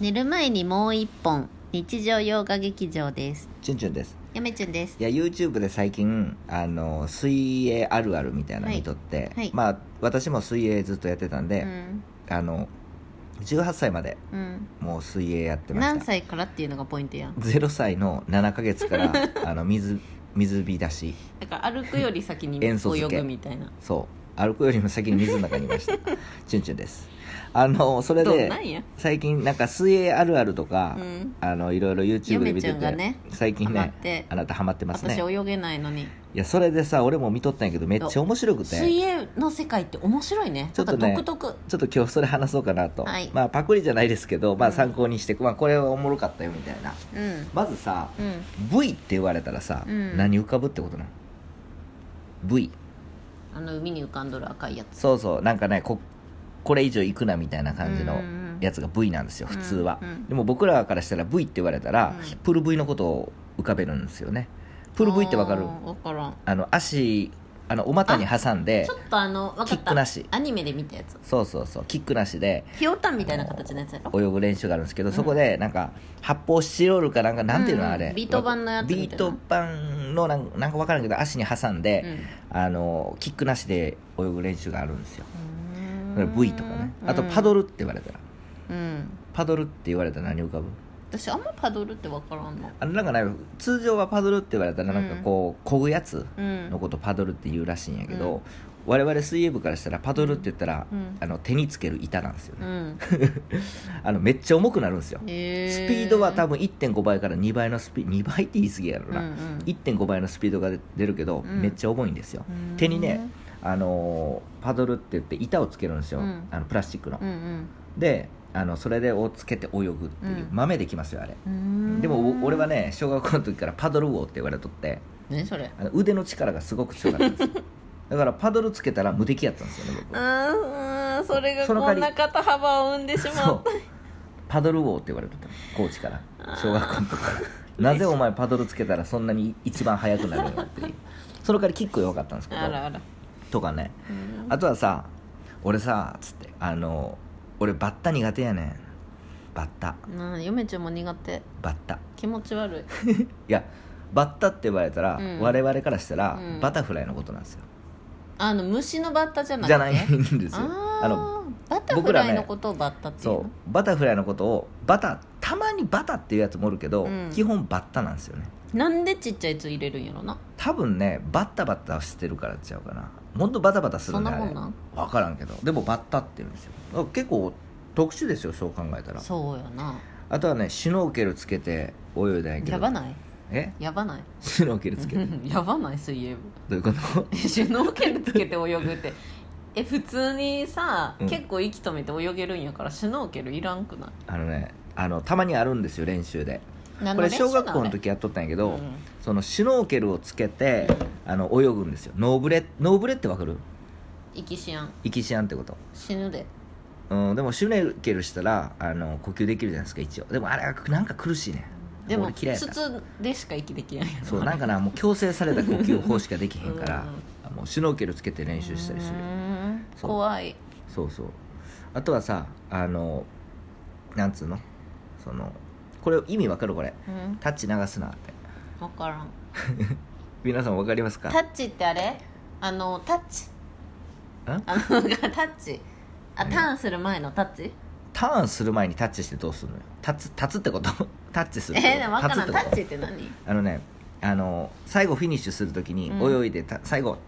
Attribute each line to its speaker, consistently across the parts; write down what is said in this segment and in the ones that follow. Speaker 1: 寝る前にもう一本日常洋画劇場です
Speaker 2: チュンチュンです
Speaker 1: やめちゅんです
Speaker 2: いや YouTube で最近あの水泳あるあるみたいなの見とって、
Speaker 1: はいはい
Speaker 2: まあ私も水泳ずっとやってたん
Speaker 1: う
Speaker 2: で、
Speaker 1: ん
Speaker 2: あの18歳まで
Speaker 1: うん
Speaker 2: もう水泳やってました
Speaker 1: 何歳からっていうのがポイントやん
Speaker 2: 0歳の7ヶ月から あの水水浸し
Speaker 1: だから歩くより先に
Speaker 2: 塩素
Speaker 1: 泳
Speaker 2: 漬け
Speaker 1: ぐみたいな
Speaker 2: そう歩くよりも先に水の中にいました チュンチュンですあのそれ
Speaker 1: どう
Speaker 2: で
Speaker 1: なんや
Speaker 2: 最近なんか水泳あるあるとか、
Speaker 1: うん
Speaker 2: あのいろいろ YouTube で見て
Speaker 1: 嫁ちゃんが
Speaker 2: て、
Speaker 1: ね
Speaker 2: 最近
Speaker 1: ハマっ
Speaker 2: ね
Speaker 1: て
Speaker 2: あなたハマってますね
Speaker 1: 私泳げないのに
Speaker 2: いやそれでさ俺も見とったんやけどめっちゃ面白くて
Speaker 1: 水泳の世界って面白いね
Speaker 2: ちょっとね
Speaker 1: なんか独特
Speaker 2: ちょっと今日それ話そうかなと、
Speaker 1: はい
Speaker 2: まあパクリじゃないですけど、ま
Speaker 1: う
Speaker 2: あ、
Speaker 1: ん
Speaker 2: 参考にして、まあ、これはおもろかったよみたいな
Speaker 1: うん
Speaker 2: まずさ
Speaker 1: うん
Speaker 2: V って言われたらさ、
Speaker 1: うん
Speaker 2: 何浮かぶってことなの V
Speaker 1: あの海に浮かんどる赤いやつ
Speaker 2: そうそうなんかねここれ以上行くなみたいな感じ
Speaker 1: うん
Speaker 2: の
Speaker 1: うんうん
Speaker 2: やつが V なんですよ普通は、
Speaker 1: うんうん
Speaker 2: でも僕らからしたら V って言われたら、
Speaker 1: うん
Speaker 2: プル V のことを浮かべるんですよねプル V ってわかる
Speaker 1: あーわからん
Speaker 2: あの足あのお股に挟んで
Speaker 1: ちょっとあのわかった
Speaker 2: キックなし
Speaker 1: アニメで見たやつ
Speaker 2: そうそうそうキックなしで
Speaker 1: ひょうたんみたいな形のやつやろ
Speaker 2: 泳ぐ練習があるんですけど、そこでなんか発泡スチロールかなんかなんていうの、
Speaker 1: うんうん
Speaker 2: あれ
Speaker 1: ビート板のやつみたいな
Speaker 2: ビート板のなんなんか分からんけど足に挟んで、あのキックなしで泳ぐ練習があるんですよだから V とかねあとパド
Speaker 1: ル
Speaker 2: ルって言われたら、
Speaker 1: うん、うん
Speaker 2: パドルって言われたら何浮かぶ
Speaker 1: 私あんまパドルってわからんの
Speaker 2: あのなんかね通常はパドルって言われたらなんかこう漕ぐやつ
Speaker 1: うん
Speaker 2: のことパドルって言うらしいんやけ
Speaker 1: う
Speaker 2: ど、
Speaker 1: ん
Speaker 2: 我々水泳部からしたらパドルって言ったら、
Speaker 1: うん
Speaker 2: あの手につける板なんですよ
Speaker 1: う
Speaker 2: ね、
Speaker 1: ん、
Speaker 2: あのめっちゃ重くなるんですよ
Speaker 1: へ
Speaker 2: ス
Speaker 1: ー
Speaker 2: ピードは多分1.5倍から2倍のスピード2倍って言い過ぎやろな、
Speaker 1: うんうん
Speaker 2: 1.5倍のスピードが出出るけど、
Speaker 1: うん
Speaker 2: めっちゃ重いんですよ
Speaker 1: うん
Speaker 2: 手にね、あのーパドルって言って板をつけるんですよ、
Speaker 1: うん
Speaker 2: あのプラスチックの、
Speaker 1: うんうん
Speaker 2: であのそれでをつけて泳ぐっていう、
Speaker 1: うん
Speaker 2: 豆できますよあれ、
Speaker 1: うーん
Speaker 2: でもお俺はね小学校の時からパドル王って言われとって
Speaker 1: 何それ
Speaker 2: あの腕の力がすごく強かったんで すよだからパドルつけたら無敵やったんですよね
Speaker 1: う
Speaker 2: 僕
Speaker 1: んそれ
Speaker 2: がその代わりこんな
Speaker 1: 肩幅を生んでし
Speaker 2: そうパドル王って言われてたコーチから小学校の時からなぜお前パドルつけたらそんなに一番速くなるのよっていうその代わりキック弱かったんですけど
Speaker 1: あらあら
Speaker 2: とかねあとはさ俺さつってあの俺バッタ苦手やねんバッタ
Speaker 1: うん嫁ちゃんも苦手
Speaker 2: バッタ
Speaker 1: 気持ち悪い
Speaker 2: いやバッタって言われたら、
Speaker 1: うん
Speaker 2: 我々からしたら、
Speaker 1: うん
Speaker 2: バタフライのことなんですよ
Speaker 1: あの虫のバッタじゃない
Speaker 2: じゃないんですよ
Speaker 1: あ
Speaker 2: あの
Speaker 1: のバタフライのことをバッタっていうの、
Speaker 2: そうバタフライのことをバタたまにバタっていうやつもおるけど、
Speaker 1: うん
Speaker 2: 基本バッタなんですよね
Speaker 1: なんでちっちゃいやつ入れるんやろな
Speaker 2: 多分ねバッタバタしてるからちゃうかな本当バタバタする
Speaker 1: そんな
Speaker 2: あれ
Speaker 1: もんなん
Speaker 2: 分からんけどでもバッタって言うんですよだから結構特殊ですよそう考えたら
Speaker 1: そうやな
Speaker 2: あとはねシュノーケルつけて泳いだんやけど
Speaker 1: やばない
Speaker 2: え
Speaker 1: やばない
Speaker 2: シュノーケルつけてど
Speaker 1: やばない水泳部
Speaker 2: ういうこ と
Speaker 1: シュノーケルつけて泳ぐってえ普通にさ、
Speaker 2: うん
Speaker 1: 結構息止めて泳げるんやからシュノーケルいらんくな
Speaker 2: あのねあのたまにあるんですよ練習で
Speaker 1: い
Speaker 2: これ小学校の時やっとったんやけど、
Speaker 1: うん
Speaker 2: そのシュノーケルをつけてあの泳ぐんですよノーブレノーブレってわかる
Speaker 1: 息しやん
Speaker 2: 息しやんってこと
Speaker 1: 死ぬで
Speaker 2: うん、でもシュネルケルしたらあの呼吸できるじゃないですか一応でもあれはなんか苦しいね
Speaker 1: でも
Speaker 2: 俺嫌いやった
Speaker 1: 筒でしか息できないやろ
Speaker 2: そうなんかなもう強制された呼吸法しかできへんから
Speaker 1: うんうん
Speaker 2: あもうシュノーケルつけて練習したりする
Speaker 1: うーん
Speaker 2: そう
Speaker 1: 怖い
Speaker 2: そうそうあとはさあのなんつうのそのこれ意味わかるこれ
Speaker 1: うん
Speaker 2: タッチ流すなって
Speaker 1: 分からん
Speaker 2: 皆さんわかります
Speaker 1: タ
Speaker 2: か
Speaker 1: ッチってあれあのタッチ
Speaker 2: ん
Speaker 1: あの タッチあターンする前のタッチ
Speaker 2: ターンする前にタッチしてどうするのよ立つ立つってこと タッチするってこと
Speaker 1: えー、分からん
Speaker 2: 立つ
Speaker 1: タ
Speaker 2: ってこ
Speaker 1: ッ
Speaker 2: と
Speaker 1: チって何
Speaker 2: あのねあの最後フィニッシュするときに
Speaker 1: うん
Speaker 2: 泳いでた、最後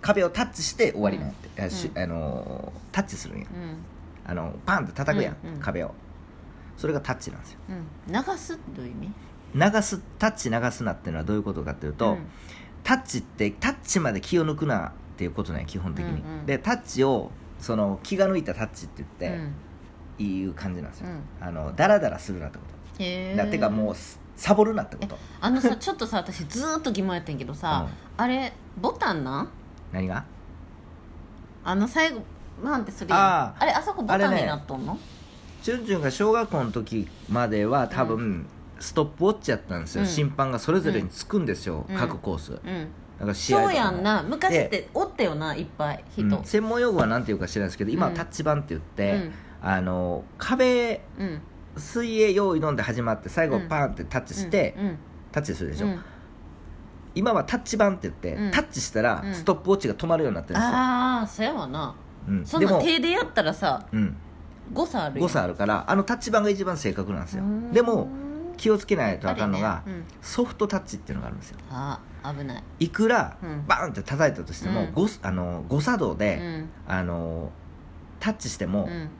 Speaker 2: 壁をタッチして終わりなんて、あし
Speaker 1: うん
Speaker 2: あのタッチするんや
Speaker 1: うん
Speaker 2: あのパンって叩くやん、
Speaker 1: うんうん
Speaker 2: 壁をそれがタッチなんですよ
Speaker 1: うん流すってどういう意味
Speaker 2: 流すタッチ流すなっていうのはどういうことかっていう
Speaker 1: う
Speaker 2: と、
Speaker 1: ん
Speaker 2: タッチってタッチまで気を抜くなっていうことね基本的に、
Speaker 1: うんうん
Speaker 2: でタッチをその気が抜いたタッチって言
Speaker 1: う
Speaker 2: っ
Speaker 1: ん
Speaker 2: て、いう感じなんですよ、
Speaker 1: うん
Speaker 2: あのダラダラするなってこ
Speaker 1: へえ
Speaker 2: と、だてかもうサボるなってこと
Speaker 1: あのさちょっとさ私ずーっと疑問やってんけどさ、あれボタンなん
Speaker 2: 何が
Speaker 1: あの最後なんてするやん
Speaker 2: あ
Speaker 1: あ
Speaker 2: ー
Speaker 1: れあそこボタ
Speaker 2: あ
Speaker 1: ン
Speaker 2: れね
Speaker 1: になっとんの、
Speaker 2: チュンチュンが小学校の時までは多分ストップウォッチやったんですよ、
Speaker 1: うん
Speaker 2: 審判がそれぞれにつくんですよ、
Speaker 1: うん
Speaker 2: 各コースだ
Speaker 1: うん
Speaker 2: から試合と
Speaker 1: そ
Speaker 2: か
Speaker 1: うやんな昔っ
Speaker 2: で
Speaker 1: ておったよないっぱい人、
Speaker 2: うん専門用語はなんていうか知らないですけど今は
Speaker 1: うん
Speaker 2: タッチ板って言って、
Speaker 1: うん
Speaker 2: あの壁
Speaker 1: うん
Speaker 2: 水泳用意飲んで始まって最後パンってタッチして、
Speaker 1: うんうん
Speaker 2: タッチするでしょ、
Speaker 1: うん
Speaker 2: 今はタッチ版って言って、
Speaker 1: うん
Speaker 2: タッチしたら
Speaker 1: うん
Speaker 2: ストップウォッチが止まるようになってるんですよ
Speaker 1: ああそうやわな
Speaker 2: うん、
Speaker 1: そん
Speaker 2: で
Speaker 1: な
Speaker 2: も、
Speaker 1: 手でやったらさ
Speaker 2: うん、
Speaker 1: 誤差あるやん
Speaker 2: 誤差あるからあのタッチ版が一番正確なんですよ
Speaker 1: うーん
Speaker 2: でも気をつけないとあかんのが、
Speaker 1: あれね
Speaker 2: ソフトタッチっていうのがあるんですよ
Speaker 1: うんあー危ない
Speaker 2: いくら
Speaker 1: うん
Speaker 2: バーンって叩いたとしても、
Speaker 1: うん
Speaker 2: 誤あの誤作動
Speaker 1: う
Speaker 2: で、
Speaker 1: ん
Speaker 2: あのタッチしても、
Speaker 1: うん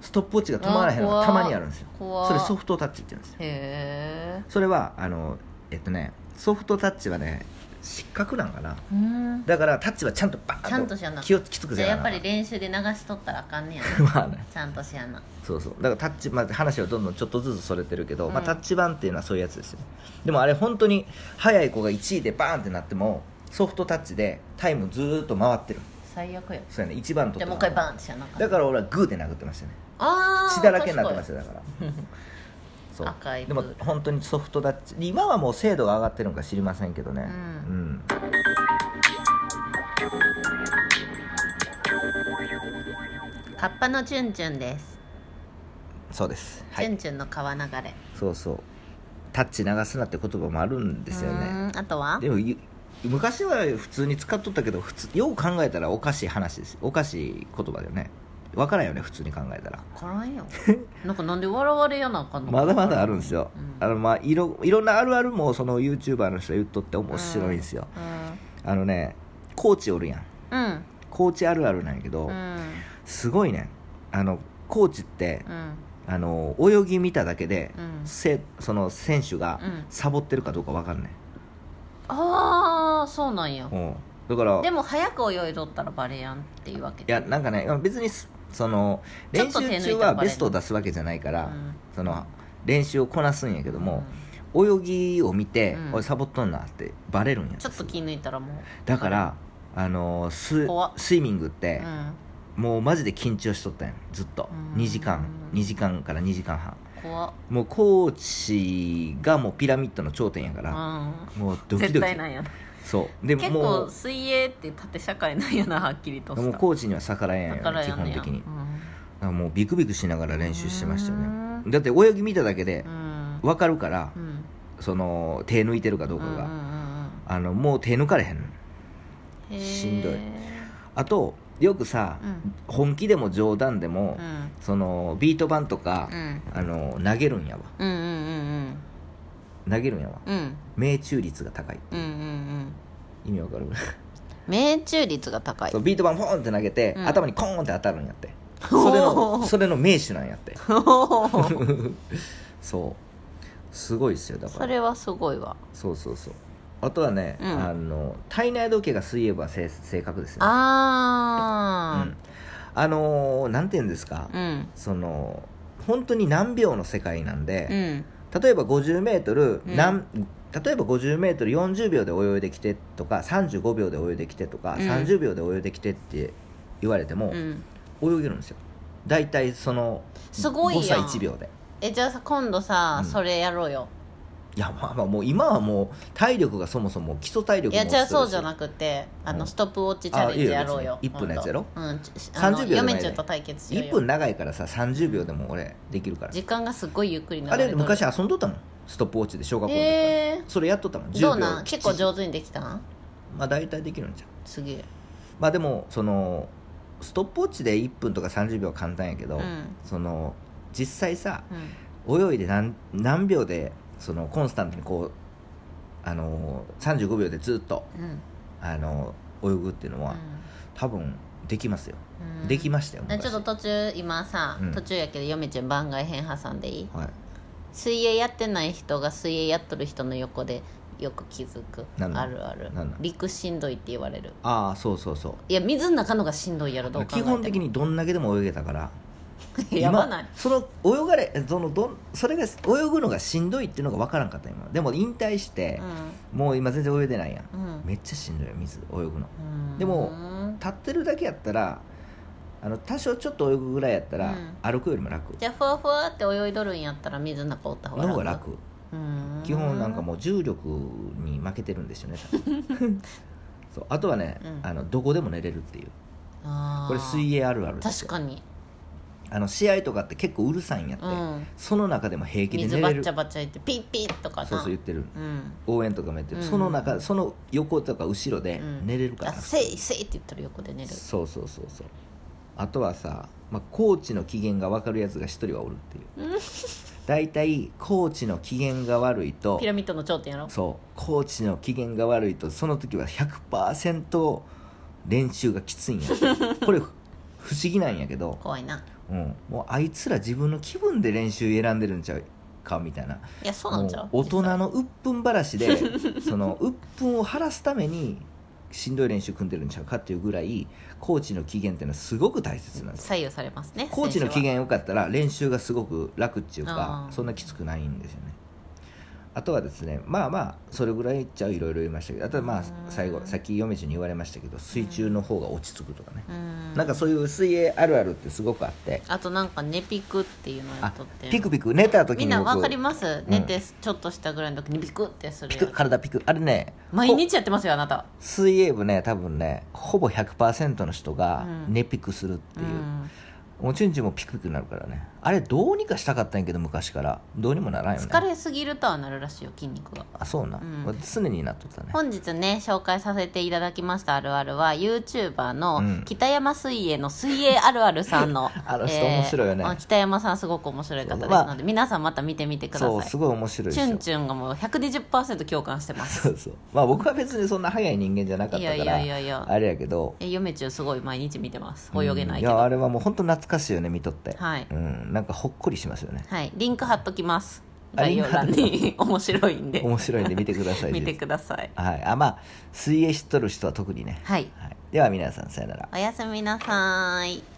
Speaker 2: ストップウォッチが止まらへんのがたまにあるんですよ
Speaker 1: 怖っ
Speaker 2: それソフトタッチって言うんですよ
Speaker 1: へえ
Speaker 2: それはあのえっとねソフトタッチはね失格なんかな
Speaker 1: うん
Speaker 2: だからタッチはちゃんとバーンと
Speaker 1: ちゃんとしやな
Speaker 2: 気をきつく
Speaker 1: じ
Speaker 2: せ
Speaker 1: ゃあ
Speaker 2: な
Speaker 1: やっぱり練習で流しとったらあかんねやな
Speaker 2: まあね
Speaker 1: ちゃんとしやな
Speaker 2: そうそうだからタッチ、まあ、話はどんどんちょっとずつそれてるけど、まあ、
Speaker 1: うん
Speaker 2: タッチ版っていうのはそういうやつですよでもあれ本当に速い子が1位でバーンってなってもソフトタッチでタイムずーっと回ってる
Speaker 1: 最悪や
Speaker 2: そうやね1番と
Speaker 1: じゃあもう一回バーンってしやなあかん
Speaker 2: だから俺はグーで殴ってましたね
Speaker 1: ああ
Speaker 2: 血だらけになってましたよだからそう
Speaker 1: 赤い
Speaker 2: でも
Speaker 1: ブー
Speaker 2: 本当にソフトタッチ今はもう精度が上がってるのか知りませんけどね
Speaker 1: う
Speaker 2: うん
Speaker 1: カッパのチュンチュンです、
Speaker 2: そうですは
Speaker 1: チュン
Speaker 2: い
Speaker 1: チュンの川流れ
Speaker 2: そうそうタッチ流すなって言葉もあるんですよ
Speaker 1: う
Speaker 2: ね
Speaker 1: ーんあとは
Speaker 2: でもゆ昔は普通に使っとったけど普通よう考えたらおかしい話ですおかしい言葉だよね分からんよね普通に考えたら
Speaker 1: 分から んよなんかなんで笑われやなあかんの
Speaker 2: まだまだあるんですよ、
Speaker 1: うん
Speaker 2: あのまあいろいろんなあるあるもその YouTuber の人が言っとって面白いんですよ、あのねコーチおるやん
Speaker 1: うんうん
Speaker 2: コーチあるあるなんやけど、
Speaker 1: うん
Speaker 2: すごいねあのコーチって
Speaker 1: う、ん
Speaker 2: あの泳ぎ見ただけで、
Speaker 1: うん
Speaker 2: せその選手が
Speaker 1: うん
Speaker 2: サボってるかどうか分かんない、
Speaker 1: ああそうなんや
Speaker 2: うんだから
Speaker 1: でも早く泳いどったらバレやんっていうわけ
Speaker 2: いやなんかね別にすその
Speaker 1: ちょ
Speaker 2: 練
Speaker 1: っと
Speaker 2: 習
Speaker 1: 手抜いたら
Speaker 2: 中はベストを出すわけじゃないから、
Speaker 1: うん
Speaker 2: その練習をこなすんやけども、
Speaker 1: う
Speaker 2: 泳ぎを見て
Speaker 1: う
Speaker 2: 「
Speaker 1: ん
Speaker 2: おいサボっとんな」ってバレるんや
Speaker 1: んちょっと気抜いたらも
Speaker 2: だからあのース
Speaker 1: 怖っ
Speaker 2: スイミングっ
Speaker 1: う、
Speaker 2: て
Speaker 1: う、ん、
Speaker 2: もうマジで緊張しとったんやずっと
Speaker 1: うん
Speaker 2: 2時間2時間から2時間半
Speaker 1: 怖っ
Speaker 2: もうコーチがもうピラミッドの頂点やから、
Speaker 1: う
Speaker 2: もうんドキ
Speaker 1: 絶
Speaker 2: ドキ
Speaker 1: 対なんやな
Speaker 2: そうで
Speaker 1: 結
Speaker 2: も
Speaker 1: 構
Speaker 2: う
Speaker 1: 水泳って縦社会なんやなはっきりと
Speaker 2: もう
Speaker 1: した
Speaker 2: コーチには逆らえんや
Speaker 1: だ
Speaker 2: ん
Speaker 1: から
Speaker 2: 基
Speaker 1: やん
Speaker 2: 本
Speaker 1: ねや
Speaker 2: 的
Speaker 1: う
Speaker 2: に
Speaker 1: ん
Speaker 2: だからもうビクビクしながら練習してましたよ
Speaker 1: う
Speaker 2: ね
Speaker 1: ん
Speaker 2: だって泳ぎ見ただけで
Speaker 1: うん
Speaker 2: 分かるから
Speaker 1: うん
Speaker 2: その手抜いてるかどうかが、
Speaker 1: うんうん
Speaker 2: あのもう手抜かれへん
Speaker 1: うんへー
Speaker 2: しんどいあとよくさ、
Speaker 1: うん
Speaker 2: 本気でも冗談でも、
Speaker 1: うん
Speaker 2: そのビート板とか
Speaker 1: う、ん
Speaker 2: あの投げるんやわ
Speaker 1: うんうんうん
Speaker 2: 投げるんやわ
Speaker 1: うんうん
Speaker 2: 命中率が高い
Speaker 1: うんうんうん
Speaker 2: 意味わかる
Speaker 1: 命中率が高い
Speaker 2: そうビート板ポンって投げて、
Speaker 1: うん
Speaker 2: 頭にコーンって当たるんやってそれ
Speaker 1: お
Speaker 2: の
Speaker 1: ー
Speaker 2: それの名手なんやって そうすごいですよだか
Speaker 1: そ
Speaker 2: ら
Speaker 1: れはすごいわ
Speaker 2: そうそうそうあとはね、
Speaker 1: うん
Speaker 2: あの体内時計が水泳部は正正確ですね
Speaker 1: あ
Speaker 2: うんあのーなんて言うんですか、
Speaker 1: ーうん
Speaker 2: その本当に何秒の世界なん
Speaker 1: う
Speaker 2: で、
Speaker 1: ん
Speaker 2: 例えば 50m
Speaker 1: うん
Speaker 2: 何、例えば 50m40 秒で泳いできてとか35秒で泳いできてとか、
Speaker 1: うん
Speaker 2: 30秒で泳いできてって言われても、
Speaker 1: うん
Speaker 2: 泳げるんですよ大体その
Speaker 1: すごいやん
Speaker 2: 誤差1秒で
Speaker 1: えじゃあさ今度さ
Speaker 2: うん
Speaker 1: それやろうよ
Speaker 2: いやまあまあもう今はもう体力がそもそも基礎体力
Speaker 1: い
Speaker 2: も
Speaker 1: やじゃあそうじゃな
Speaker 2: く
Speaker 1: くてあ
Speaker 2: う
Speaker 1: の
Speaker 2: ん
Speaker 1: ストップウォッチチャレンジやろうよ
Speaker 2: あいいよ別に一分のやつやろ
Speaker 1: 今度うんちあ
Speaker 2: 30
Speaker 1: の
Speaker 2: 秒でもいいね
Speaker 1: 嫁ちゃんと対決しよう
Speaker 2: 1
Speaker 1: よ
Speaker 2: 分長いからさ30秒でも俺できるから
Speaker 1: 時間がすごいゆっくり流れ
Speaker 2: あれ
Speaker 1: とる
Speaker 2: 昔遊んどったのストップウォッチで小学校の時から、
Speaker 1: え
Speaker 2: それやっとったの10
Speaker 1: ー、
Speaker 2: 秒
Speaker 1: どうなん結構上手にできたん
Speaker 2: まあ大体できるんじゃん
Speaker 1: すげえ
Speaker 2: まあでもそのストップウォッチで1分とか30秒は簡単やけど、
Speaker 1: うん
Speaker 2: その実際さ
Speaker 1: うん
Speaker 2: 泳いで何何秒でそのコンスタントにこうあのー35秒でずっと
Speaker 1: うん
Speaker 2: あのー泳ぐっていうのは、多分できますよ、
Speaker 1: うん
Speaker 2: できましたよ
Speaker 1: ちょっと途中今さ、
Speaker 2: うん
Speaker 1: 途中やけど嫁ちゃん番外編挟んでいい
Speaker 2: はい
Speaker 1: 水泳やってない人が水泳やっとる人の横でよく気づく
Speaker 2: なんなん
Speaker 1: あるある
Speaker 2: なんなん
Speaker 1: 陸しんどいって言われる
Speaker 2: ああそうそうそう
Speaker 1: いや水の中のがしんどいやろどう考えて
Speaker 2: 基
Speaker 1: も
Speaker 2: 本 的にどんだけでも泳げたから
Speaker 1: にやばない
Speaker 2: 今その泳がれそのどんそれが泳ぐのがしんどいっていうのが分からんかった今でも引退して、もう今全然泳いでないやん
Speaker 1: うんうん
Speaker 2: めっちゃしんどいよ水泳ぐの
Speaker 1: うん
Speaker 2: でも
Speaker 1: うん
Speaker 2: 立ってるだけやったらあの多少ちょっと泳ぐぐらいやったら、歩くよりも楽
Speaker 1: じゃあふわふわって泳いどるんやったら水の中おった方が
Speaker 2: の
Speaker 1: 楽
Speaker 2: 方が楽
Speaker 1: うん
Speaker 2: 基本なんかもう重力に負けてるんですよね多分 そうあとはね、
Speaker 1: うん
Speaker 2: あのどこでも寝れるっていう
Speaker 1: あー
Speaker 2: これ水泳あるあるです
Speaker 1: 確
Speaker 2: よ
Speaker 1: かに
Speaker 2: あの試合とかって結構うるさいんやって、
Speaker 1: うん
Speaker 2: その中でも平気で
Speaker 1: 水
Speaker 2: 寝
Speaker 1: バ
Speaker 2: れ
Speaker 1: ッ
Speaker 2: る
Speaker 1: チャバッチャ言ってピッピッとかな
Speaker 2: そうそう言ってる
Speaker 1: うん
Speaker 2: 応援とかもやってる、
Speaker 1: うん
Speaker 2: その中その横とか後ろで
Speaker 1: うん
Speaker 2: 寝れるから、
Speaker 1: あせいせいって言ったら横で寝る
Speaker 2: そうそうそうそうあとはさ、まあ、コーチの機嫌が分かるやつが一人はおるっていう大体コーチの機嫌が悪いと
Speaker 1: ピラミッドの頂点やろ
Speaker 2: そうコーチの機嫌が悪いとその時は100%練習がきついんや これ不思議なんやけど、
Speaker 1: 怖いな
Speaker 2: うん、もうあいつら自分の気分で練習選んでるんちゃうかみたいない
Speaker 1: やそうなんちゃう
Speaker 2: もう大人の鬱憤ばら しでその鬱憤を晴らすためにしんどい練習組んでるんちゃうかっていうぐらいコーチの機嫌っていうのはすごく大切なんです
Speaker 1: 左右されますね
Speaker 2: コーチの機嫌良かったら練習がすごく楽っていうか
Speaker 1: あー
Speaker 2: そんなきつくないんですよねあとはですねまあまあそれぐらいっちゃいろいろ言いましたけどあとはまあ
Speaker 1: うん
Speaker 2: 最後さっき嫁ちに言われましたけど水中の方が落ち着くとかね
Speaker 1: うん
Speaker 2: なんかそういう水泳あるあるってすごくあって
Speaker 1: あとなんか寝ピクっていうのや
Speaker 2: あ
Speaker 1: っとって
Speaker 2: ピクピク寝た時
Speaker 1: みん
Speaker 2: に
Speaker 1: なわかり
Speaker 2: 僕
Speaker 1: ます寝てちょっとしたぐらいの時にピクってする
Speaker 2: ピ
Speaker 1: や
Speaker 2: ク
Speaker 1: つ
Speaker 2: 体ピクあれね
Speaker 1: 毎日やってますよあなた
Speaker 2: 水泳部ね多分ねほぼ100%の人が
Speaker 1: うん
Speaker 2: 寝ピクするっていう、
Speaker 1: うん
Speaker 2: もうチュンチュンもピクピクになるからねあれどうにかしたかったんやけど昔からどうにもならんよね
Speaker 1: 疲れすぎるとはなるらしいよ筋肉が
Speaker 2: あそうな、
Speaker 1: うん
Speaker 2: まあ常になっとったね
Speaker 1: 本日ね紹介させていただきましたあるあるは YouTuber
Speaker 2: う
Speaker 1: の
Speaker 2: ん
Speaker 1: 北山水泳の水泳あるあるさんの
Speaker 2: あの人面白いよね
Speaker 1: あ北山さんすごく面白い方です
Speaker 2: まあ
Speaker 1: ので皆さんまた見てみてくだ
Speaker 2: そう
Speaker 1: さ
Speaker 2: す
Speaker 1: い
Speaker 2: ごい面白い
Speaker 1: チ
Speaker 2: で
Speaker 1: ュン
Speaker 2: すよ
Speaker 1: チュンがもう120%共感して ます
Speaker 2: そうそうまあ僕は別にそんな早い人間じゃなかっ
Speaker 1: い
Speaker 2: たか
Speaker 1: や
Speaker 2: ら
Speaker 1: いやいやいや
Speaker 2: あれやけど
Speaker 1: え嫁中すごい毎日見てます泳げないけ
Speaker 2: うんや
Speaker 1: ど
Speaker 2: あれはもう本当懐かしいよね見とって
Speaker 1: はい
Speaker 2: うん、なんかほっこりしますよね
Speaker 1: はいリンク貼っときます
Speaker 2: あ
Speaker 1: 概要欄に 面白いんで
Speaker 2: 面白いんで見てくださ い
Speaker 1: 見てください
Speaker 2: はいあまあ水泳知っとる人は特にね、
Speaker 1: はい
Speaker 2: はい、では皆さんさよなら
Speaker 1: おやすみなさーい